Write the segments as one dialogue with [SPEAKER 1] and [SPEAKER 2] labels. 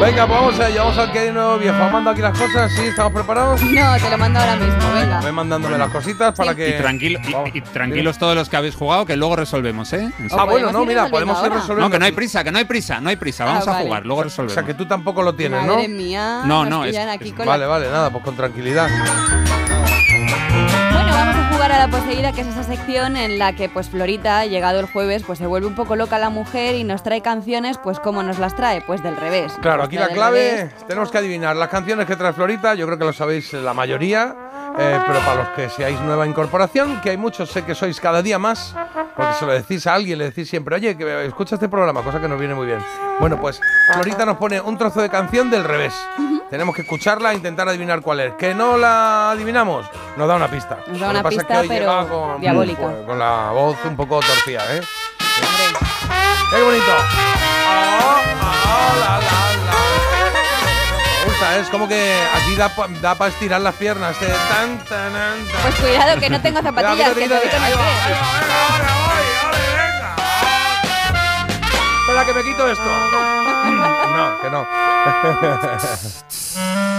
[SPEAKER 1] Venga, pues vamos allá, vamos al que hay de nuevo viejo. ¿Has mandado aquí las cosas? ¿Sí? ¿Estamos preparados?
[SPEAKER 2] No, te lo mando ahora mismo, venga.
[SPEAKER 1] Ve mandándome las cositas para
[SPEAKER 2] Sí.
[SPEAKER 1] que.
[SPEAKER 3] Ah. Y, tranquilo, y-
[SPEAKER 1] Vamos, ¿eh?
[SPEAKER 3] y tranquilos todos los que habéis jugado, que luego resolvemos, ¿eh? En
[SPEAKER 1] Ah,
[SPEAKER 3] serio.
[SPEAKER 1] bueno, no,
[SPEAKER 2] Podemos ir
[SPEAKER 1] mira,
[SPEAKER 2] resolviendo
[SPEAKER 1] podemos ir
[SPEAKER 2] ahora.
[SPEAKER 1] resolviendo.
[SPEAKER 3] No, que no hay prisa, que no hay prisa, no hay prisa.
[SPEAKER 2] Ah,
[SPEAKER 3] Vamos a
[SPEAKER 2] vale.
[SPEAKER 3] jugar, luego
[SPEAKER 1] O
[SPEAKER 3] resolvemos.
[SPEAKER 1] sea, que tú tampoco lo tienes, ¿no?
[SPEAKER 2] Madre mía.
[SPEAKER 3] No,
[SPEAKER 2] nos
[SPEAKER 3] no, es-
[SPEAKER 2] pillan
[SPEAKER 3] es-
[SPEAKER 2] aquí con la-
[SPEAKER 1] Vale, vale, nada, pues con tranquilidad.
[SPEAKER 2] Bueno, vamos a jugar a la poseída, que es esa sección en la que pues Florita, llegado el jueves, pues se vuelve un poco loca la mujer y nos trae canciones, pues ¿cómo nos las trae? Pues del revés.
[SPEAKER 1] Claro,
[SPEAKER 2] Nos
[SPEAKER 1] aquí
[SPEAKER 2] trae
[SPEAKER 1] la
[SPEAKER 2] del revés.
[SPEAKER 1] clave, tenemos que adivinar las canciones que trae Florita, yo creo que lo sabéis eh, la mayoría, eh, pero para los que seáis nueva incorporación, que hay muchos, sé que sois cada día más, porque se lo decís a alguien, le decís siempre, oye, que escucha este programa, cosa que nos viene muy bien. Bueno, pues Florita nos pone un trozo de canción del revés. Tenemos que escucharla e intentar adivinar cuál es. Que no la adivinamos, nos da una pista.
[SPEAKER 2] Nos da
[SPEAKER 1] Lo
[SPEAKER 2] una
[SPEAKER 1] que pasa es
[SPEAKER 2] pista,
[SPEAKER 1] que hoy
[SPEAKER 2] pero
[SPEAKER 1] llega con,
[SPEAKER 2] diabólica.
[SPEAKER 1] pues, con la voz un poco torcida, ¿eh?
[SPEAKER 2] Hombre,
[SPEAKER 1] ¡Qué bonito! Ah, ah, la, la, la. Me gusta, ¿eh? es como que aquí da para estirar las piernas. eh. Tan, tan, tan, tan.
[SPEAKER 2] Pues cuidado que no tengo zapatillas,
[SPEAKER 1] Cuidado,
[SPEAKER 2] que
[SPEAKER 1] cuidado,
[SPEAKER 2] todavía no
[SPEAKER 1] ahí va, ahí
[SPEAKER 2] sé.
[SPEAKER 1] va, venga, ahora voy, ole, venga. Espera, que me quito esto. Mm, No, que no.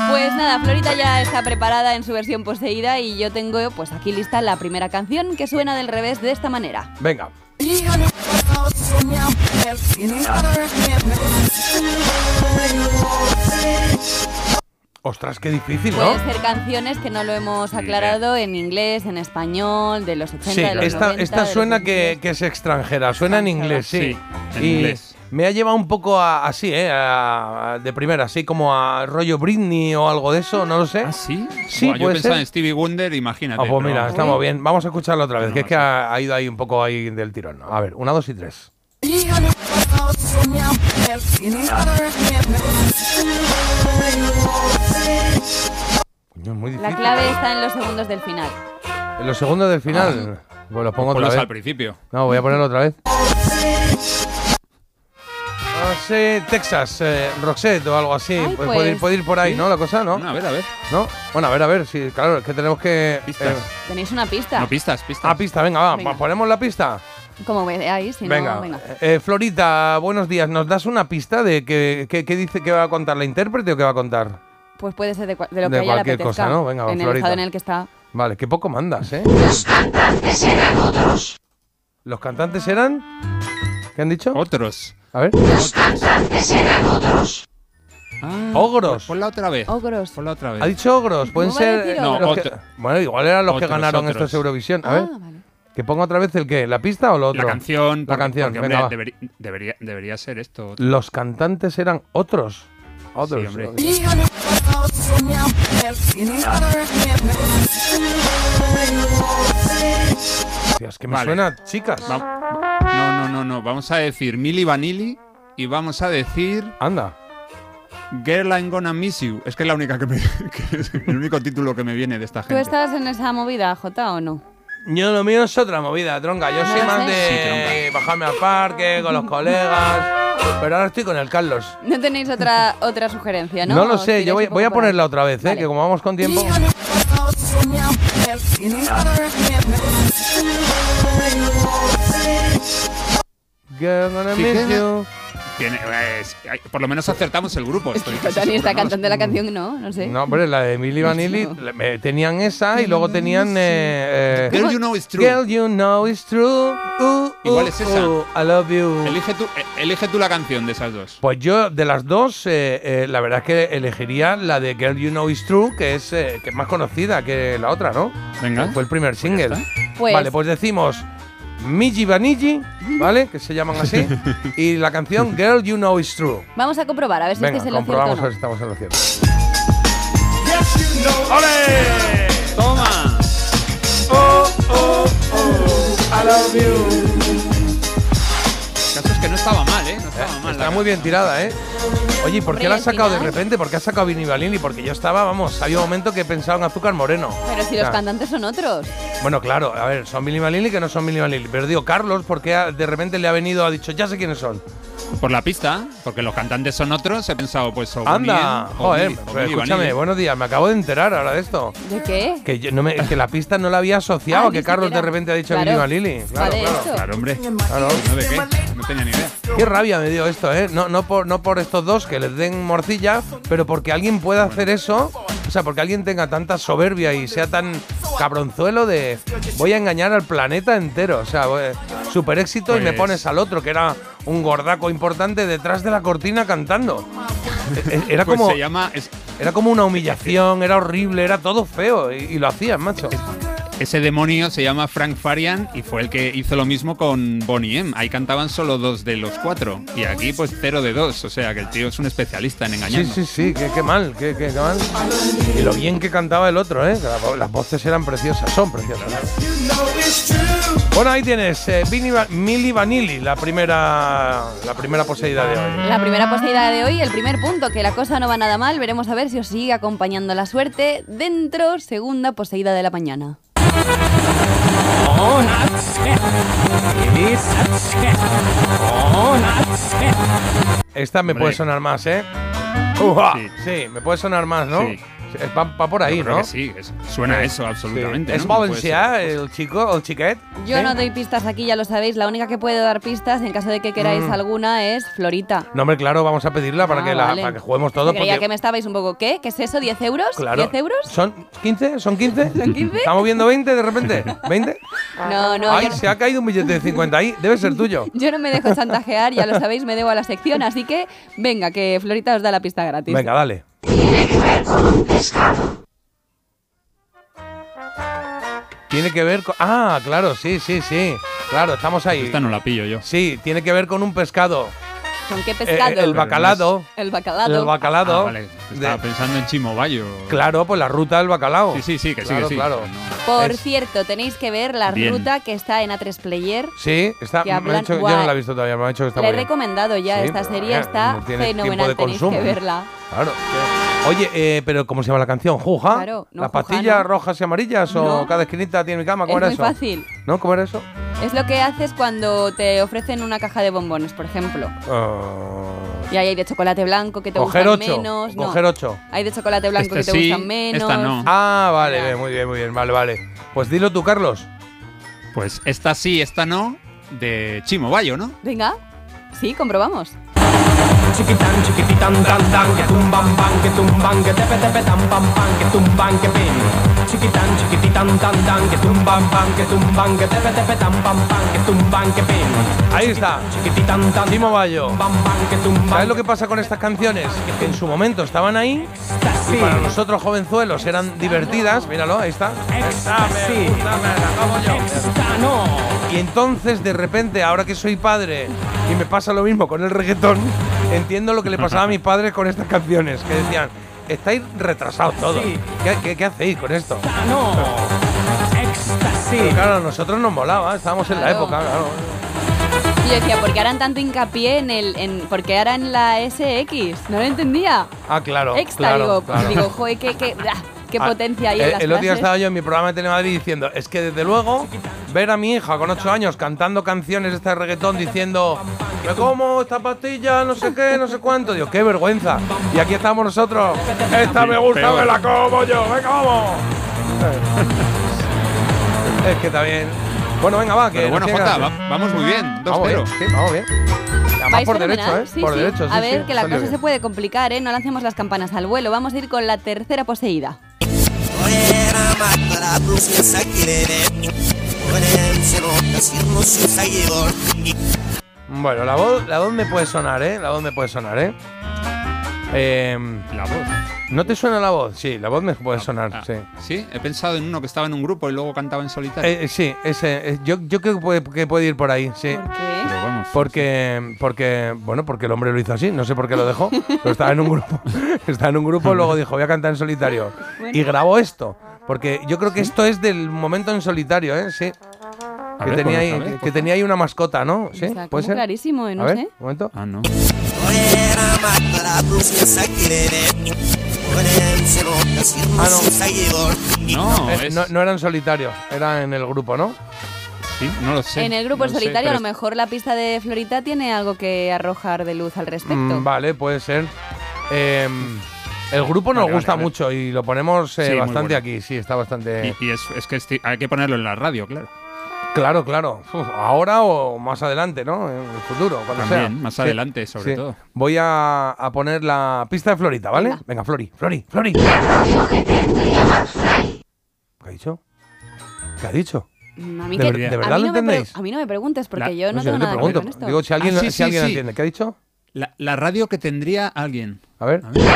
[SPEAKER 2] Pues nada, Florita ya está preparada en su versión poseída y yo tengo pues aquí lista la primera canción que suena del revés de esta manera.
[SPEAKER 1] Venga. Ostras, qué difícil, ¿no?
[SPEAKER 2] Pueden ser canciones que no lo hemos aclarado en inglés, en español, de los 80,
[SPEAKER 3] Sí,
[SPEAKER 2] de los
[SPEAKER 1] Esta,
[SPEAKER 2] 90,
[SPEAKER 1] esta
[SPEAKER 2] de los
[SPEAKER 1] suena que,
[SPEAKER 2] 2000.
[SPEAKER 1] que es extranjera, suena en
[SPEAKER 2] Extranjera.
[SPEAKER 1] inglés, sí.
[SPEAKER 3] Sí, en
[SPEAKER 1] Y
[SPEAKER 3] inglés.
[SPEAKER 1] Me ha llevado un poco a- así, ¿eh? A- a- de primera, así como a rollo Britney o algo de eso, no lo sé.
[SPEAKER 3] ¿Ah, sí?
[SPEAKER 1] Sí,
[SPEAKER 3] Buah, yo
[SPEAKER 1] puede
[SPEAKER 3] pensaba
[SPEAKER 1] ser.
[SPEAKER 3] en Stevie Wonder, imagínate.
[SPEAKER 1] Ah, pues
[SPEAKER 3] pero
[SPEAKER 1] mira,
[SPEAKER 3] vamos.
[SPEAKER 1] estamos bien. Vamos a escucharlo otra vez,
[SPEAKER 3] No,
[SPEAKER 1] que es que
[SPEAKER 3] sí.
[SPEAKER 1] ha, ha ido ahí un poco ahí del tirón. A ver, una, dos y tres. Coño, es muy difícil.
[SPEAKER 2] La clave está en los segundos del final.
[SPEAKER 1] En los segundos del final.
[SPEAKER 3] Ah.
[SPEAKER 1] Pues lo pongo
[SPEAKER 3] Ponlos
[SPEAKER 1] otra
[SPEAKER 3] al
[SPEAKER 1] vez.
[SPEAKER 3] principio.
[SPEAKER 1] No, voy a ponerlo otra vez. No sé, Ah, Texas, eh, Roxette o algo así.
[SPEAKER 2] Ay,
[SPEAKER 1] Pu- puede, ir,
[SPEAKER 2] pues.
[SPEAKER 1] puede ir por ahí, ¿no? La cosa, ¿no?
[SPEAKER 3] Bueno, a ver, a ver.
[SPEAKER 1] ¿No? Bueno, a ver, a ver, sí, claro, es que tenemos que.
[SPEAKER 3] Pistas.
[SPEAKER 1] eh,
[SPEAKER 2] ¿Tenéis una pista?
[SPEAKER 3] No, pistas, pistas.
[SPEAKER 1] ah, pista, venga, va,
[SPEAKER 2] Venga.
[SPEAKER 1] ponemos la pista.
[SPEAKER 2] Como veáis, si
[SPEAKER 1] venga.
[SPEAKER 2] no, venga.
[SPEAKER 1] Eh, Florita, buenos días. ¿Nos das una pista de qué que, que dice que va a contar la intérprete o qué va a contar?
[SPEAKER 2] Pues puede ser de, cua- de lo que
[SPEAKER 1] De
[SPEAKER 2] a ella le
[SPEAKER 1] cualquier
[SPEAKER 2] apetezca.
[SPEAKER 1] cosa, ¿no? Venga, va,
[SPEAKER 2] en el
[SPEAKER 1] Florita.
[SPEAKER 2] estado en el que está.
[SPEAKER 1] Vale, qué poco mandas, ¿eh? Los cantantes eran otros. ¿Los cantantes eran? ¿Qué han dicho?
[SPEAKER 3] Otros.
[SPEAKER 1] A ver.
[SPEAKER 3] Ah,
[SPEAKER 1] Ogros. ¿Ah?
[SPEAKER 3] Ponla otra vez.
[SPEAKER 2] Ogros.
[SPEAKER 3] Ponla otra vez.
[SPEAKER 1] ¿Ha dicho ogros? ¿Pueden
[SPEAKER 2] ¿Cómo va a
[SPEAKER 1] ser.?
[SPEAKER 2] decir
[SPEAKER 1] eh,
[SPEAKER 3] ogros?
[SPEAKER 1] los
[SPEAKER 3] No,
[SPEAKER 1] que-
[SPEAKER 3] otro-
[SPEAKER 1] bueno, igual eran los
[SPEAKER 3] otros,
[SPEAKER 1] que ganaron
[SPEAKER 3] otros.
[SPEAKER 1] estos Eurovisión. A ver,
[SPEAKER 2] Ah, vale.
[SPEAKER 1] que ponga otra vez el qué, la pista o lo otro.
[SPEAKER 3] La canción.
[SPEAKER 1] La
[SPEAKER 3] porque-
[SPEAKER 1] canción,
[SPEAKER 3] porque,
[SPEAKER 1] venga,
[SPEAKER 3] hombre,
[SPEAKER 1] va.
[SPEAKER 3] deberi- debería, debería ser esto.
[SPEAKER 1] Los cantantes eran otros. Otros.
[SPEAKER 3] hombre.
[SPEAKER 1] Hostia, es que me
[SPEAKER 3] Vale.
[SPEAKER 1] suena, a chicas.
[SPEAKER 3] Va- va- No, no, no, no. Vamos a decir Milli Vanilli y vamos a decir
[SPEAKER 1] Anda.
[SPEAKER 3] Girl I'm Gonna Miss You. Es que es la única que me- que es el único título que me viene de esta
[SPEAKER 2] ¿Tú
[SPEAKER 3] gente.
[SPEAKER 2] estás en esa movida, Jota, o no?
[SPEAKER 1] Yo lo mío es otra movida, tronca. Yo soy
[SPEAKER 2] lo
[SPEAKER 1] más
[SPEAKER 2] sé.
[SPEAKER 1] de bajarme al parque con los colegas. Pero ahora estoy con el Carlos.
[SPEAKER 2] No tenéis otra otra sugerencia, ¿no?
[SPEAKER 1] No lo
[SPEAKER 2] ¿Os
[SPEAKER 1] sé,
[SPEAKER 2] tiráis
[SPEAKER 1] yo voy,
[SPEAKER 2] un poco
[SPEAKER 1] voy a
[SPEAKER 2] por ahí?
[SPEAKER 1] ponerla otra vez, ¿eh?
[SPEAKER 2] Vale.
[SPEAKER 1] que como vamos con tiempo. Girl, gonna
[SPEAKER 3] Sí,
[SPEAKER 1] miss
[SPEAKER 3] que-
[SPEAKER 1] you.
[SPEAKER 3] Tiene- es- ay, por lo menos acertamos el grupo.
[SPEAKER 2] Es que
[SPEAKER 3] estoy casi
[SPEAKER 2] Jota ni está
[SPEAKER 3] seguro, ¿no?
[SPEAKER 2] cantando la canción, no, no sé.
[SPEAKER 1] No, hombre, la de Emily Vanilli le- me- tenían esa y luego tenían. eh, eh,
[SPEAKER 3] Girl, you know it's true.
[SPEAKER 1] Girl, you know it's true. Ooh,
[SPEAKER 3] Igual
[SPEAKER 1] ooh,
[SPEAKER 3] es esa.
[SPEAKER 1] ooh, I love you.
[SPEAKER 3] Elige tú, eh, elige tú la canción de esas dos.
[SPEAKER 1] Pues yo, de las dos, eh, eh, la verdad es que elegiría la de Girl You Know Is True, que es, eh, que es más conocida que la otra, ¿no?
[SPEAKER 3] Venga.
[SPEAKER 1] Fue el primer single.
[SPEAKER 2] Pues-
[SPEAKER 1] Vale, pues decimos Miji Vanigi, ¿vale? Que se llaman así. y la canción Girl You Know Is True.
[SPEAKER 2] Vamos a comprobar, a ver si este
[SPEAKER 1] Venga,
[SPEAKER 2] es que se lo cierto o
[SPEAKER 1] comprobamos a
[SPEAKER 2] no.
[SPEAKER 1] ver si estamos en lo cierto.
[SPEAKER 3] ¡Ole! Eh, ¡Toma! Oh, El caso es que no estaba mal, ¿eh? No estaba mal.
[SPEAKER 1] Está muy bien tirada, ¿eh? Oye, ¿y ¿por
[SPEAKER 2] Hombre,
[SPEAKER 1] qué la has
[SPEAKER 2] al
[SPEAKER 1] sacado de
[SPEAKER 2] final-
[SPEAKER 1] repente? ¿Por qué has sacado Vini Vanilli? Porque yo estaba, vamos, había un momento que pensaba en Azúcar Moreno.
[SPEAKER 2] Pero si
[SPEAKER 1] O
[SPEAKER 2] los
[SPEAKER 1] sea,
[SPEAKER 2] cantantes son otros.
[SPEAKER 1] Bueno, claro, a ver, son Billy Vanilli que no son Billy Vanilli. Pero digo, Carlos, porque ha- de repente le ha venido, ha dicho, ya sé quiénes son.
[SPEAKER 3] Por la pista, porque los cantantes son otros, he pensado, pues. o
[SPEAKER 1] Anda,
[SPEAKER 3] Bonnie M, o
[SPEAKER 1] joder,
[SPEAKER 3] Billie- o
[SPEAKER 1] pero
[SPEAKER 3] Billie
[SPEAKER 1] escúchame,
[SPEAKER 3] Vanilli.
[SPEAKER 1] buenos días, me acabo de enterar ahora de esto.
[SPEAKER 2] ¿De qué?
[SPEAKER 1] Que, yo no me- que la pista no la había asociado,
[SPEAKER 2] Ah,
[SPEAKER 1] que
[SPEAKER 2] ni
[SPEAKER 1] Carlos de
[SPEAKER 2] siquiera.
[SPEAKER 1] repente ha dicho
[SPEAKER 2] Claro.
[SPEAKER 1] Billy Vanilli. Claro,
[SPEAKER 2] Vale,
[SPEAKER 1] claro.
[SPEAKER 2] eso.
[SPEAKER 3] Claro, hombre.
[SPEAKER 1] Claro.
[SPEAKER 3] ¿No de qué? No tenía ni idea.
[SPEAKER 1] Qué rabia me dio esto, ¿eh? No, no, por, no por estos dos que les den morcilla, pero porque alguien pueda hacer eso. O sea, porque alguien tenga tanta soberbia y sea tan cabronzuelo de voy a engañar al planeta entero. O sea, eh, super éxito y me
[SPEAKER 3] Pues-
[SPEAKER 1] pones al otro, que era un gordaco importante detrás de la cortina cantando. E- e- Era
[SPEAKER 3] Pues
[SPEAKER 1] como,
[SPEAKER 3] se llama. es-
[SPEAKER 1] era como una humillación, era horrible, era todo feo. Y, y lo hacían, macho.
[SPEAKER 3] ese demonio se llama Frank Farian y fue el que hizo lo mismo con Bonnie M. Ahí cantaban solo dos de los cuatro. Y aquí, pues cero de dos. O sea que el tío es un especialista en engañar.
[SPEAKER 1] Sí, sí, sí, qué, qué mal, qué, qué- qué mal. Y lo bien que cantaba el otro, ¿eh? Las, vo- las voces eran preciosas, son preciosas. Bueno, ahí tienes, eh, Vini Va- Mili Vanilli, la primera, la primera poseída de hoy.
[SPEAKER 2] La primera poseída de hoy, el primer punto, que la cosa no va nada mal. Veremos a ver si os sigue acompañando la suerte. Dentro, segunda poseída de la mañana.
[SPEAKER 1] Esta me
[SPEAKER 3] Hombre.
[SPEAKER 1] puede sonar más, ¿eh?
[SPEAKER 3] Sí.
[SPEAKER 1] Sí, me puede sonar más, ¿no?
[SPEAKER 3] Sí.
[SPEAKER 1] Es- Va, va por ahí,
[SPEAKER 3] Yo creo
[SPEAKER 1] ¿no?
[SPEAKER 3] que sí, es- suena eso
[SPEAKER 1] Sí.
[SPEAKER 3] absolutamente.
[SPEAKER 1] Es eh,
[SPEAKER 3] ¿no? No puede
[SPEAKER 1] Valencia,
[SPEAKER 3] ser.
[SPEAKER 1] el chico, o el chiquet.
[SPEAKER 2] Yo
[SPEAKER 1] ¿eh?
[SPEAKER 2] no doy pistas aquí, ya lo sabéis. La única que puedo dar pistas, en caso de que queráis alguna, es Florita.
[SPEAKER 1] No, hombre, claro, vamos a pedirla Mm. para,
[SPEAKER 2] Ah,
[SPEAKER 1] que, la-
[SPEAKER 2] vale.
[SPEAKER 1] para que juguemos todos.
[SPEAKER 2] Creía
[SPEAKER 1] porque-
[SPEAKER 2] que me estabais un poco, ¿qué? ¿Qué es eso? ¿10 euros?
[SPEAKER 1] claro,
[SPEAKER 2] ¿10 euros?
[SPEAKER 1] ¿Son 15? ¿Son 15?
[SPEAKER 2] ¿Son 15?
[SPEAKER 1] ¿Estamos viendo 20 de repente? ¿20?
[SPEAKER 2] No, no,
[SPEAKER 1] Ay,
[SPEAKER 2] yo,
[SPEAKER 1] se ha caído un billete de 50 ahí. Debe ser tuyo.
[SPEAKER 2] yo no me dejo chantajear, ya lo sabéis, me debo a la sección. Así que, venga, que Florita os da la pista gratis.
[SPEAKER 1] Venga, dale. Tiene que ver con... Ah, claro, sí, sí, sí. Claro, estamos ahí.
[SPEAKER 3] Pues Esta no la pillo yo.
[SPEAKER 1] Sí, tiene que ver con un pescado.
[SPEAKER 2] ¿Con qué
[SPEAKER 1] Eh,
[SPEAKER 2] pescado?
[SPEAKER 1] el bacalado.
[SPEAKER 2] El
[SPEAKER 1] El
[SPEAKER 2] bacalado.
[SPEAKER 1] bacalado.
[SPEAKER 3] Ah, vale. Estaba
[SPEAKER 1] De-
[SPEAKER 3] pensando en Chimobayo.
[SPEAKER 1] Claro, pues la ruta del bacalao.
[SPEAKER 3] Sí, sí, sí, que sí,
[SPEAKER 1] Claro,
[SPEAKER 3] que sí.
[SPEAKER 1] claro.
[SPEAKER 3] No.
[SPEAKER 2] Por
[SPEAKER 1] Es-
[SPEAKER 2] cierto, tenéis que ver la
[SPEAKER 3] Bien.
[SPEAKER 2] ruta que está en A3 Player.
[SPEAKER 1] Sí, está,
[SPEAKER 2] Que
[SPEAKER 1] me ha
[SPEAKER 2] hablan
[SPEAKER 1] dicho- yo
[SPEAKER 2] guay.
[SPEAKER 1] no la he visto todavía, me ha dicho que está
[SPEAKER 2] La he
[SPEAKER 1] muy bien.
[SPEAKER 2] recomendado ya,
[SPEAKER 1] Sí,
[SPEAKER 2] esta
[SPEAKER 1] pero
[SPEAKER 2] serie
[SPEAKER 1] vaya,
[SPEAKER 2] está
[SPEAKER 1] no tienes tiempo
[SPEAKER 2] fenomenal,
[SPEAKER 1] de
[SPEAKER 2] tenéis
[SPEAKER 1] consumo,
[SPEAKER 2] que
[SPEAKER 1] ¿eh?
[SPEAKER 2] verla.
[SPEAKER 1] Claro. Oye, eh, pero ¿cómo se llama la canción? ¿Juja?
[SPEAKER 2] Claro, no,
[SPEAKER 1] ¿Las
[SPEAKER 2] Juja,
[SPEAKER 1] pastillas
[SPEAKER 2] no.
[SPEAKER 1] rojas y amarillas o
[SPEAKER 2] No.
[SPEAKER 1] cada esquinita tiene mi cama? ¿Cómo
[SPEAKER 2] Es
[SPEAKER 1] era
[SPEAKER 2] muy
[SPEAKER 1] eso?
[SPEAKER 2] fácil.
[SPEAKER 1] ¿No? ¿Cómo era eso?
[SPEAKER 2] Es lo que haces cuando te ofrecen una caja de bombones, por ejemplo.
[SPEAKER 1] Ah,
[SPEAKER 2] Y ahí hay de chocolate blanco que te
[SPEAKER 1] coger
[SPEAKER 2] gustan
[SPEAKER 1] 8.
[SPEAKER 2] menos. no.
[SPEAKER 1] Coger Este 8.
[SPEAKER 2] Hay de chocolate blanco
[SPEAKER 3] Esta
[SPEAKER 2] que te
[SPEAKER 3] sí,
[SPEAKER 2] gustan menos.
[SPEAKER 3] esta no.
[SPEAKER 1] Ah, vale,
[SPEAKER 2] Ya.
[SPEAKER 1] bien, muy bien, muy bien. Vale, vale. Pues dilo tú, Carlos.
[SPEAKER 3] Pues esta sí, esta no, de Chimobayo, ¿no?
[SPEAKER 2] Venga, sí, comprobamos.
[SPEAKER 4] Chiquitán, chiquititán, tan, tan, que tumban, pan, que tumban, que tepe, tepe, tan, pan, pan, que tumban, que pin. Chiquitán, chiquititán, tan, tan, que tumban, pan, que tumban, que tepe, tepe, tan, pan, pan, que tumban, que pin.
[SPEAKER 1] Ahí está.
[SPEAKER 4] Chiquititán, tan,
[SPEAKER 1] Timo Bayo.
[SPEAKER 4] tumban, pan, que tumban.
[SPEAKER 1] ¿Sabes lo que pasa con estas canciones? Que en su momento estaban ahí y para nosotros jovenzuelos eran divertidas. Míralo, ahí está.
[SPEAKER 4] Ecstasy, Ecstasy.
[SPEAKER 1] Y entonces, de repente, ahora que soy padre y me pasa lo mismo con el reggaetón, entiendo lo que le pasaba a mis padres con estas canciones, que decían, estáis retrasados todos.
[SPEAKER 4] Sí.
[SPEAKER 1] ¿Qué, qué, qué hacéis con esto?
[SPEAKER 4] Tano, Ecstasy.
[SPEAKER 1] Pero claro, a nosotros nos molaba, estábamos en la
[SPEAKER 2] Claro.
[SPEAKER 1] época, claro.
[SPEAKER 2] Y yo decía, ¿por qué harán tanto hincapié en el. En, ¿Por qué harán la SX? No lo entendía.
[SPEAKER 1] Ah, claro.
[SPEAKER 2] Extra,
[SPEAKER 1] claro,
[SPEAKER 2] digo, pues
[SPEAKER 1] claro.
[SPEAKER 2] digo, joder, qué, qué, ah, qué
[SPEAKER 1] Ah,
[SPEAKER 2] potencia hay
[SPEAKER 1] eh,
[SPEAKER 2] en las
[SPEAKER 1] El otro día
[SPEAKER 2] frases.
[SPEAKER 1] estaba yo en mi programa de Telemadrid diciendo, es que desde luego ver a mi hija con 8 años cantando canciones de este reggaetón diciendo, me como esta pastilla, no sé qué, no sé cuánto. Dios, qué vergüenza. Y aquí estamos nosotros. Esta me gusta,
[SPEAKER 3] Peor.
[SPEAKER 1] me la como yo, me como. es que también. Bueno, venga, va, que
[SPEAKER 3] Pero bueno,
[SPEAKER 1] nos
[SPEAKER 3] Jota,
[SPEAKER 1] llega-
[SPEAKER 3] va- vamos muy bien,
[SPEAKER 1] Vamos bien,
[SPEAKER 3] 2-0.
[SPEAKER 1] sí, vamos bien. Además
[SPEAKER 2] Vais
[SPEAKER 1] por
[SPEAKER 2] fenomenal.
[SPEAKER 1] derecho, ¿eh?
[SPEAKER 2] Sí,
[SPEAKER 1] por
[SPEAKER 2] sí.
[SPEAKER 1] derecho,
[SPEAKER 2] A
[SPEAKER 1] sí,
[SPEAKER 2] ver,
[SPEAKER 1] sí,
[SPEAKER 2] que la
[SPEAKER 1] salió
[SPEAKER 2] cosa se
[SPEAKER 1] bien.
[SPEAKER 2] puede complicar, ¿eh? No lancemos las campanas al vuelo. Vamos a ir con la tercera poseída.
[SPEAKER 1] Bueno, la voz, la voz me puede sonar, ¿eh? La voz me puede sonar, ¿eh? Em,
[SPEAKER 3] La voz.
[SPEAKER 1] ¿No te suena la voz? Sí, la voz me puede sonar,
[SPEAKER 3] Ah,
[SPEAKER 1] sí.
[SPEAKER 3] Sí, he pensado en uno que estaba en un grupo y luego cantaba en solitario.
[SPEAKER 1] Eh, eh, sí, ese, eh, yo, yo creo que puede, que puede ir por ahí, sí.
[SPEAKER 2] ¿Por qué?
[SPEAKER 3] Pero vamos.
[SPEAKER 1] Porque, porque, bueno, porque el hombre lo hizo así, no sé por qué lo dejó, pero estaba en un grupo, estaba en un grupo, luego dijo, voy a cantar en solitario. Y grabó esto, porque yo creo que esto es del momento en solitario, ¿eh? Sí.
[SPEAKER 3] A
[SPEAKER 1] Que
[SPEAKER 3] ver, pues.
[SPEAKER 1] tenía,
[SPEAKER 3] ponlo
[SPEAKER 1] ahí,
[SPEAKER 3] otra vez,
[SPEAKER 1] que-
[SPEAKER 3] por
[SPEAKER 1] que tenía ahí una mascota, ¿no? Sí,
[SPEAKER 2] Está
[SPEAKER 1] puede
[SPEAKER 2] como
[SPEAKER 1] ser.
[SPEAKER 2] clarísimo, ¿eh?
[SPEAKER 1] a
[SPEAKER 2] no
[SPEAKER 1] ver,
[SPEAKER 2] sé.
[SPEAKER 1] un momento.
[SPEAKER 3] favor. Ah, no. No,
[SPEAKER 1] Eh,
[SPEAKER 3] es-
[SPEAKER 1] Ah, no, no era en solitario, era en el grupo, ¿no?
[SPEAKER 3] sí, no lo sé.
[SPEAKER 2] En el grupo
[SPEAKER 3] no
[SPEAKER 2] en
[SPEAKER 3] lo sé,
[SPEAKER 2] solitario, a lo
[SPEAKER 3] pero es-
[SPEAKER 2] mejor la pista de Florita tiene algo que arrojar de luz al respecto.
[SPEAKER 1] Mm, vale, puede ser. Em, el grupo nos
[SPEAKER 3] Vale, vale,
[SPEAKER 1] gusta
[SPEAKER 3] vale.
[SPEAKER 1] mucho y lo ponemos eh,
[SPEAKER 3] Sí, muy
[SPEAKER 1] bastante
[SPEAKER 3] bueno.
[SPEAKER 1] aquí, sí, está bastante.
[SPEAKER 3] este, Y, y es, es que esti- hay que ponerlo en la radio, claro.
[SPEAKER 1] Claro, claro. Uf, ahora o más adelante, ¿no? En el futuro, cuando
[SPEAKER 3] También,
[SPEAKER 1] sea.
[SPEAKER 3] más adelante, sobre todo.
[SPEAKER 1] Voy a, a poner la pista de Florita, ¿vale? Venga,
[SPEAKER 2] Venga.
[SPEAKER 1] Flori, Flori, Flori. ¿Qué ha dicho? ¿Qué ha dicho?
[SPEAKER 2] Mm, A mí
[SPEAKER 1] ¿De
[SPEAKER 2] que-
[SPEAKER 1] ver- de
[SPEAKER 2] a
[SPEAKER 1] verdad
[SPEAKER 2] mí
[SPEAKER 1] lo
[SPEAKER 2] no me pre-
[SPEAKER 1] entendéis?
[SPEAKER 2] A mí no me preguntes porque
[SPEAKER 3] La-
[SPEAKER 2] yo no,
[SPEAKER 1] sé,
[SPEAKER 2] tengo
[SPEAKER 1] te
[SPEAKER 2] nada que
[SPEAKER 1] Pues
[SPEAKER 2] ver
[SPEAKER 1] pregunto.
[SPEAKER 2] con esto.
[SPEAKER 1] Digo, si alguien,
[SPEAKER 3] Ah, sí,
[SPEAKER 1] si
[SPEAKER 3] sí,
[SPEAKER 1] alguien
[SPEAKER 3] sí.
[SPEAKER 1] entiende. ¿Qué ha dicho?
[SPEAKER 3] La, la radio que tendría alguien.
[SPEAKER 1] A ver.
[SPEAKER 3] A ver.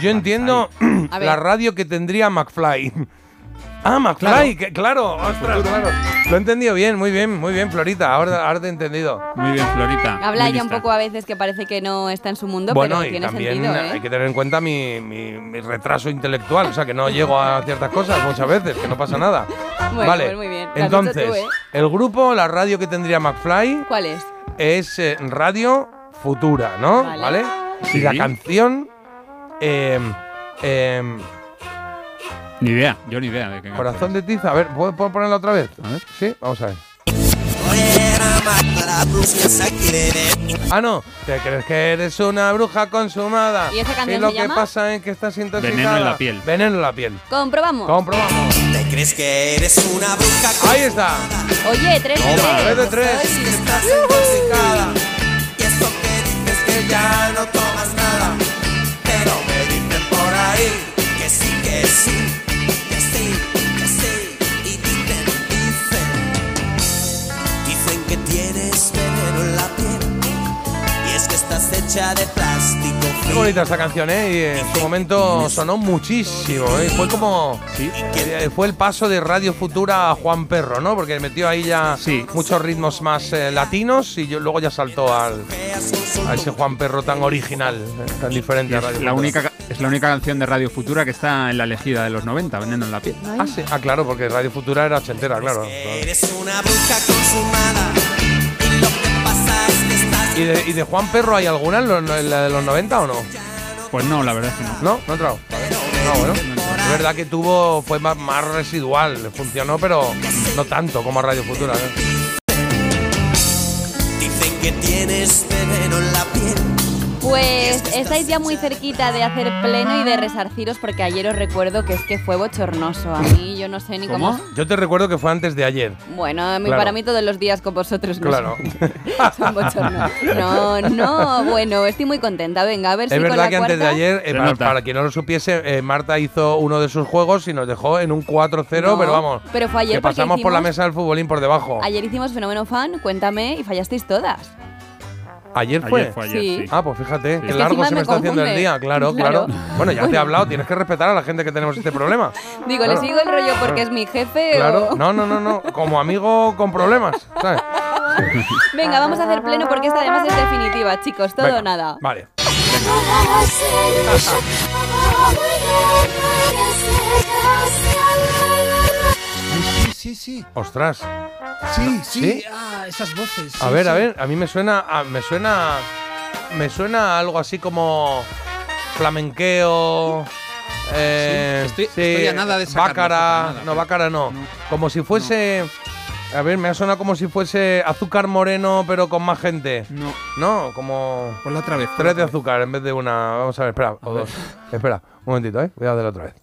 [SPEAKER 1] Yo entiendo
[SPEAKER 2] A
[SPEAKER 1] la
[SPEAKER 2] ver.
[SPEAKER 1] radio que tendría McFly. Ah, McFly, que- claro, ostras, claro. Lo he entendido bien, muy bien, muy bien, Florita. Ahora, ahora te he entendido.
[SPEAKER 3] Muy bien, Florita.
[SPEAKER 2] Habla
[SPEAKER 3] muy
[SPEAKER 2] ella un
[SPEAKER 3] lista.
[SPEAKER 2] poco a veces que parece que no está en su mundo,
[SPEAKER 1] Bueno,
[SPEAKER 2] pero
[SPEAKER 1] y
[SPEAKER 2] tiene
[SPEAKER 1] también
[SPEAKER 2] sentido, ¿eh?
[SPEAKER 1] hay que tener en cuenta mi, mi- mi retraso intelectual, o sea, que no llego a ciertas cosas muchas veces, que no pasa nada.
[SPEAKER 2] Bueno,
[SPEAKER 1] vale,
[SPEAKER 2] pues muy bien, lo has dicho tú,
[SPEAKER 1] entonces,
[SPEAKER 2] ¿eh?
[SPEAKER 1] el grupo, la radio que tendría McFly
[SPEAKER 2] ¿Cuál es?
[SPEAKER 1] es eh, Radio Futura, ¿no?
[SPEAKER 2] Vale.
[SPEAKER 1] ¿Vale? Y
[SPEAKER 3] Sí.
[SPEAKER 1] la canción... em, em,
[SPEAKER 3] Ni idea, yo ni idea de qué.
[SPEAKER 1] Corazón de tiza, a ver, ¿puedo, puedo ponerla otra vez?
[SPEAKER 3] A ver.
[SPEAKER 1] Sí, vamos a ver. Ah, no, te crees que eres una bruja consumada.
[SPEAKER 2] ¿Y esa canción
[SPEAKER 1] lo
[SPEAKER 2] se
[SPEAKER 1] que
[SPEAKER 2] llama?
[SPEAKER 1] pasa es que estás intoxicada.
[SPEAKER 3] Veneno en la piel.
[SPEAKER 1] Veneno en la piel.
[SPEAKER 2] Comprobamos.
[SPEAKER 1] Comprobamos.
[SPEAKER 5] ¿Te crees que eres una bruja?
[SPEAKER 1] Ahí está.
[SPEAKER 2] Oye, tres de
[SPEAKER 1] Toma, tres de tres.
[SPEAKER 5] Si estás intoxicada Y esto que dices que ya no tomas nada Pero me dicen por ahí Que sí, que sí, que sí, que sí Y dicen, dicen Dicen que tienes veneno en la piel Y es que estás hecha de plástico
[SPEAKER 1] Qué
[SPEAKER 5] fino.
[SPEAKER 1] bonita esta canción, ¿eh? Y eh, en su momento sonó muchísimo, ¿eh? Fue como...
[SPEAKER 3] Sí.
[SPEAKER 1] eh, Fue el paso de Radio Futura a Juan Perro, ¿no? Porque metió ahí ya
[SPEAKER 3] Sí.
[SPEAKER 1] muchos ritmos más eh, latinos y yo, luego ya saltó al, a ese Juan Perro tan original, eh, tan diferente a Radio
[SPEAKER 3] Es la,
[SPEAKER 1] Futura.
[SPEAKER 3] única, ca- es la única canción de Radio Futura que está en la elegida de los 90, Veneno en la piel.
[SPEAKER 1] Ah, sí. Ah, claro, porque Radio Futura era ochentera, claro.
[SPEAKER 5] Eres una bruja consumada Y lo que pasa es que estás
[SPEAKER 1] ¿Y de, y de Juan Perro hay alguna en lo- en la de los 90 o no?
[SPEAKER 3] Pues no, la verdad es que no.
[SPEAKER 1] ¿No? ¿No he entrado? No, bueno. Es verdad que tuvo, fue más, más residual, funcionó, pero no tanto como a Radio Futura. ¿eh?
[SPEAKER 5] Dicen que tienes veneno en la piel
[SPEAKER 2] Pues estáis ya muy cerquita de hacer pleno y de resarciros porque ayer os recuerdo que es que fue bochornoso. A mí yo no sé ni cómo.
[SPEAKER 3] ¿Cómo?
[SPEAKER 1] Yo te recuerdo que fue antes de ayer.
[SPEAKER 2] Bueno, a mí-
[SPEAKER 1] Claro.
[SPEAKER 2] para mí todos los días con vosotros no
[SPEAKER 1] Claro.
[SPEAKER 2] son- son bochornos. No, no, bueno, estoy muy contenta. Venga, a ver
[SPEAKER 1] Es
[SPEAKER 2] si con la
[SPEAKER 1] verdad que antes de
[SPEAKER 2] cuarta-
[SPEAKER 1] ayer, eh,
[SPEAKER 3] Se
[SPEAKER 1] para,
[SPEAKER 3] nota.
[SPEAKER 1] para quien no lo supiese, eh, Marta hizo uno de sus juegos y nos dejó en un 4-0,
[SPEAKER 2] No,
[SPEAKER 1] pero vamos.
[SPEAKER 2] pero fue ayer
[SPEAKER 1] Que
[SPEAKER 2] porque
[SPEAKER 1] pasamos por la
[SPEAKER 2] hicimos-
[SPEAKER 1] mesa del futbolín por debajo. Ayer,
[SPEAKER 2] Ayer hicimos Fenómeno Fan, cuéntame, y fallasteis todas.
[SPEAKER 1] fue.
[SPEAKER 3] Ayer fue ayer,
[SPEAKER 2] Sí.
[SPEAKER 3] sí.
[SPEAKER 1] Ah, pues fíjate, qué
[SPEAKER 3] que
[SPEAKER 1] largo
[SPEAKER 2] encima
[SPEAKER 1] se me
[SPEAKER 2] me
[SPEAKER 1] está haciendo el
[SPEAKER 2] confunde.
[SPEAKER 1] día, claro, claro.
[SPEAKER 2] Claro.
[SPEAKER 1] Bueno, ya te he hablado, tienes que respetar a la gente que tenemos este problema.
[SPEAKER 2] Digo,
[SPEAKER 1] Claro.
[SPEAKER 2] ¿le sigo el rollo porque es mi jefe
[SPEAKER 1] Claro,
[SPEAKER 2] o...?
[SPEAKER 1] no, no, no, no, como amigo con problemas, ¿sabes?
[SPEAKER 2] Venga, vamos a hacer pleno porque esta además es definitiva, chicos, todo
[SPEAKER 1] Venga,
[SPEAKER 2] o nada.
[SPEAKER 1] Vale.
[SPEAKER 3] Sí, sí,
[SPEAKER 1] Ostras.
[SPEAKER 3] sí,
[SPEAKER 1] ¿Sí?
[SPEAKER 3] Ah, esas voces.
[SPEAKER 1] A ver, a ver, a mí me suena a- me suena me suena a algo así como flamenqueo eh,
[SPEAKER 3] Sí, estoy- estoy a nada de sacarlo,
[SPEAKER 1] bácara,
[SPEAKER 3] a nada,
[SPEAKER 1] no,
[SPEAKER 3] pero-
[SPEAKER 1] bácara no. Como si fuese A ver, me ha sonado como si fuese azúcar moreno pero con más gente.
[SPEAKER 3] No,
[SPEAKER 1] No, como
[SPEAKER 3] ponla otra vez.
[SPEAKER 1] Tres de azúcar en vez de una. Vamos a ver, espera, o dos. Espera, un momentito, ¿eh? Voy a darle otra vez.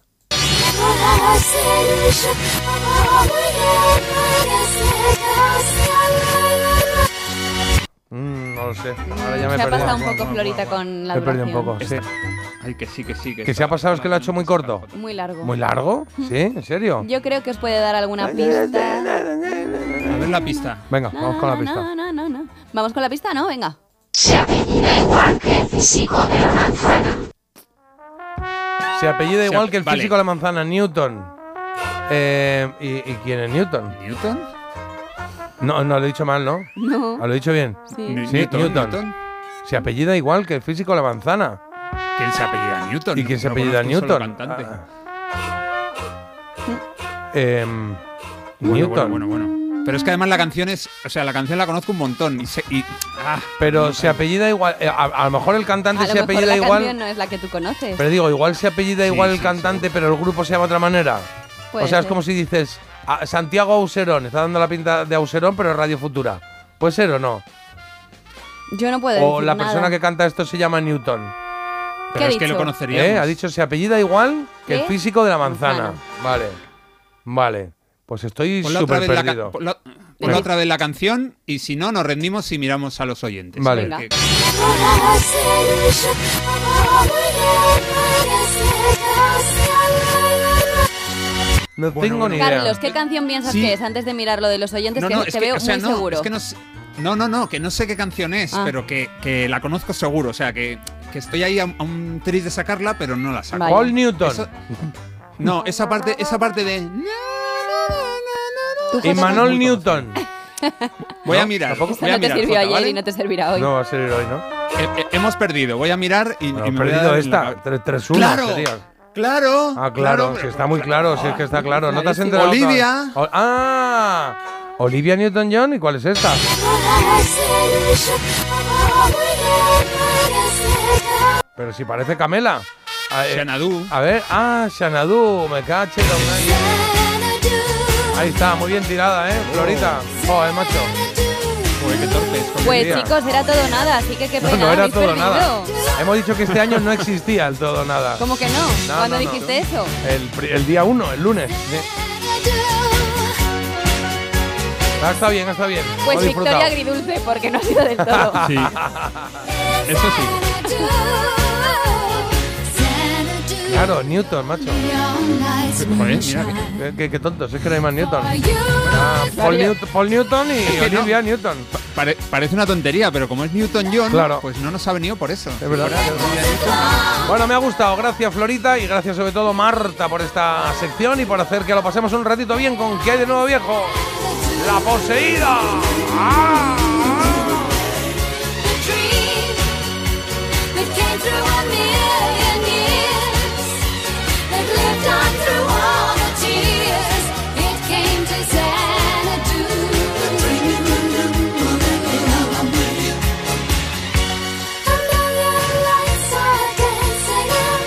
[SPEAKER 1] Mm, no lo sé. Ahora ya me he
[SPEAKER 2] Se
[SPEAKER 1] perdido.
[SPEAKER 2] ha pasado un poco Florita con la
[SPEAKER 1] Me he perdido
[SPEAKER 2] duración.
[SPEAKER 1] un poco, sí.
[SPEAKER 3] Ay, que sí, que sí.
[SPEAKER 1] ¿Que se ha pasado? ¿Es que lo ha hecho muy corto?
[SPEAKER 2] Muy largo.
[SPEAKER 1] ¿Muy largo? ¿Sí? ¿En serio?
[SPEAKER 2] Yo creo que os puede dar alguna pista.
[SPEAKER 3] A ver la pista.
[SPEAKER 1] Venga,
[SPEAKER 2] Na,
[SPEAKER 1] vamos con la
[SPEAKER 2] na,
[SPEAKER 1] pista.
[SPEAKER 2] na, na, na, na. Vamos con la pista, ¿no? Venga.
[SPEAKER 1] Se apellida
[SPEAKER 3] Se
[SPEAKER 1] igual
[SPEAKER 3] ape-
[SPEAKER 1] que el
[SPEAKER 3] vale.
[SPEAKER 1] físico de la manzana, Newton. Eh, ¿y, y quién es Newton?
[SPEAKER 3] ¿Newton?
[SPEAKER 1] No, no, lo he dicho mal, ¿no?
[SPEAKER 2] No.
[SPEAKER 1] Ah, Lo he dicho bien.
[SPEAKER 2] Sí.
[SPEAKER 1] Sí, Newton. Se apellida igual que el físico de la manzana.
[SPEAKER 3] ¿Quién se apellida Newton?
[SPEAKER 1] ¿Y quién se
[SPEAKER 3] No
[SPEAKER 1] apellida
[SPEAKER 3] conozco un solo
[SPEAKER 1] Newton?
[SPEAKER 3] cantante.
[SPEAKER 1] Ah. Em,
[SPEAKER 3] Bueno,
[SPEAKER 1] Newton.
[SPEAKER 3] Bueno, bueno, bueno. Pero es que además la canción es. O sea, la canción la conozco un montón. Y. se- y- ah,
[SPEAKER 1] Pero se apellida igual. eh, a, a lo mejor el cantante
[SPEAKER 2] A lo
[SPEAKER 1] se
[SPEAKER 2] mejor
[SPEAKER 1] apellida
[SPEAKER 2] la
[SPEAKER 1] igual.
[SPEAKER 2] canción no es la que tú conoces.
[SPEAKER 1] Pero digo, igual se apellida
[SPEAKER 3] Sí,
[SPEAKER 1] igual el
[SPEAKER 3] sí,
[SPEAKER 1] cantante, pero el grupo se llama de otra manera.
[SPEAKER 2] Puede
[SPEAKER 1] o sea, es
[SPEAKER 2] ser.
[SPEAKER 1] como si dices "Ah, Santiago Auserón, está dando la pinta de Auserón, pero es Radio Futura. ¿Puede ser o no?
[SPEAKER 2] Yo no puedo
[SPEAKER 1] o
[SPEAKER 2] decir
[SPEAKER 1] la
[SPEAKER 2] nada.
[SPEAKER 1] persona que canta esto se llama Newton.
[SPEAKER 2] ¿Qué
[SPEAKER 3] pero
[SPEAKER 2] ha
[SPEAKER 3] es que
[SPEAKER 2] dicho?
[SPEAKER 3] lo
[SPEAKER 1] ¿Eh?
[SPEAKER 3] conoceríamos.
[SPEAKER 1] Ha dicho, se apellida igual que el
[SPEAKER 2] ¿Qué?
[SPEAKER 1] físico de la manzana.
[SPEAKER 2] Manzana.
[SPEAKER 1] Vale. Vale, pues estoy
[SPEAKER 3] Ponla otra,
[SPEAKER 1] súper
[SPEAKER 3] vez la, ca-
[SPEAKER 1] perdido.
[SPEAKER 3] ponla- ponla
[SPEAKER 1] Venga.
[SPEAKER 3] otra vez la canción y si no, nos rendimos y miramos a los oyentes.
[SPEAKER 1] Vale.
[SPEAKER 3] Porque-
[SPEAKER 2] Venga.
[SPEAKER 1] No tengo ni idea.
[SPEAKER 2] Carlos, ¿qué canción piensas
[SPEAKER 3] Sí.
[SPEAKER 2] que es? Antes de mirar lo de los oyentes,
[SPEAKER 3] No,
[SPEAKER 2] que
[SPEAKER 3] no,
[SPEAKER 2] te
[SPEAKER 3] es que,
[SPEAKER 2] veo
[SPEAKER 3] o sea,
[SPEAKER 2] muy
[SPEAKER 3] no,
[SPEAKER 2] seguro.
[SPEAKER 3] es que no, sé- no, no, no, que no sé qué canción es,
[SPEAKER 2] Ah.
[SPEAKER 3] pero que, que la conozco seguro. O sea, que, que estoy ahí a, a un tris de sacarla, pero no la saco.
[SPEAKER 2] Vale.
[SPEAKER 1] Paul Newton.
[SPEAKER 3] Eso- no, esa parte, esa parte de. na, na, na, na,
[SPEAKER 2] Tú,
[SPEAKER 3] na,
[SPEAKER 2] Jota,
[SPEAKER 1] Y
[SPEAKER 3] es
[SPEAKER 1] Manol
[SPEAKER 3] muy
[SPEAKER 1] Newton.
[SPEAKER 3] conocida. Voy a
[SPEAKER 1] ¿No?
[SPEAKER 3] mirar.
[SPEAKER 1] ¿Tampoco?
[SPEAKER 2] Esta
[SPEAKER 3] voy a
[SPEAKER 2] no te
[SPEAKER 3] mirar,
[SPEAKER 2] sirvió
[SPEAKER 3] Jota,
[SPEAKER 2] ayer
[SPEAKER 3] ¿vale?
[SPEAKER 2] y no te servirá hoy.
[SPEAKER 1] No va a ser hoy, ¿no?
[SPEAKER 3] Eh, eh, hemos perdido. Voy a mirar y,
[SPEAKER 1] Bueno,
[SPEAKER 3] y me voy a
[SPEAKER 1] perdido
[SPEAKER 3] dar en la
[SPEAKER 1] esta. 3-
[SPEAKER 3] cabeza.
[SPEAKER 1] 3-1
[SPEAKER 3] Claro,
[SPEAKER 1] sería.
[SPEAKER 3] claro. pues,
[SPEAKER 1] Ah, claro,
[SPEAKER 3] pero-
[SPEAKER 1] si está muy claro, si es que está claro. ¿No te has enterado?
[SPEAKER 3] Olivia.
[SPEAKER 1] O- ¡Ah! Olivia Newton-John, ¿y cuál es esta? Pero si parece Camela. A, eh,
[SPEAKER 3] Xanadu.
[SPEAKER 1] a ver, ah, Xanadu, me caché. Ahí está, muy bien tirada, ¿eh? Florita.
[SPEAKER 3] Oh.
[SPEAKER 1] Joder, macho.
[SPEAKER 3] Joder, qué torpes, joder.
[SPEAKER 1] Qué
[SPEAKER 2] Pues
[SPEAKER 1] día.
[SPEAKER 2] chicos, era todo o nada, así que qué
[SPEAKER 1] No,
[SPEAKER 2] pena,
[SPEAKER 1] no era
[SPEAKER 2] habéis
[SPEAKER 1] todo
[SPEAKER 2] perdido.
[SPEAKER 1] nada. Hemos dicho que este año no existía el todo nada.
[SPEAKER 2] ¿Cómo que no?
[SPEAKER 1] No,
[SPEAKER 2] ¿Cuándo
[SPEAKER 1] no, no.
[SPEAKER 2] dijiste eso?
[SPEAKER 1] El, pri- el día 1, el lunes. Ah, está bien, está bien.
[SPEAKER 2] Pues
[SPEAKER 1] Hemos
[SPEAKER 2] victoria
[SPEAKER 1] disfrutado.
[SPEAKER 2] agridulce, porque no ha sido del todo.
[SPEAKER 3] Sí. Eso sí.
[SPEAKER 1] Claro, Newton, macho.
[SPEAKER 3] Joder, mira que-
[SPEAKER 1] Qué, qué- qué tontos, es que no hay más Newton. Ah, Paul, Newt- Paul Newton y
[SPEAKER 3] que no.
[SPEAKER 1] Olivia Newton.
[SPEAKER 3] Pare- parece una tontería, pero como es Newton John,
[SPEAKER 1] Claro.
[SPEAKER 3] pues no nos ha venido por eso.
[SPEAKER 1] Es verdad. Bueno, me ha gustado. Gracias, Florita, y gracias sobre todo, Marta, por esta sección y por hacer que lo pasemos un ratito bien con ¿Qué hay de nuevo viejo? ¡La poseída! ¡Ah!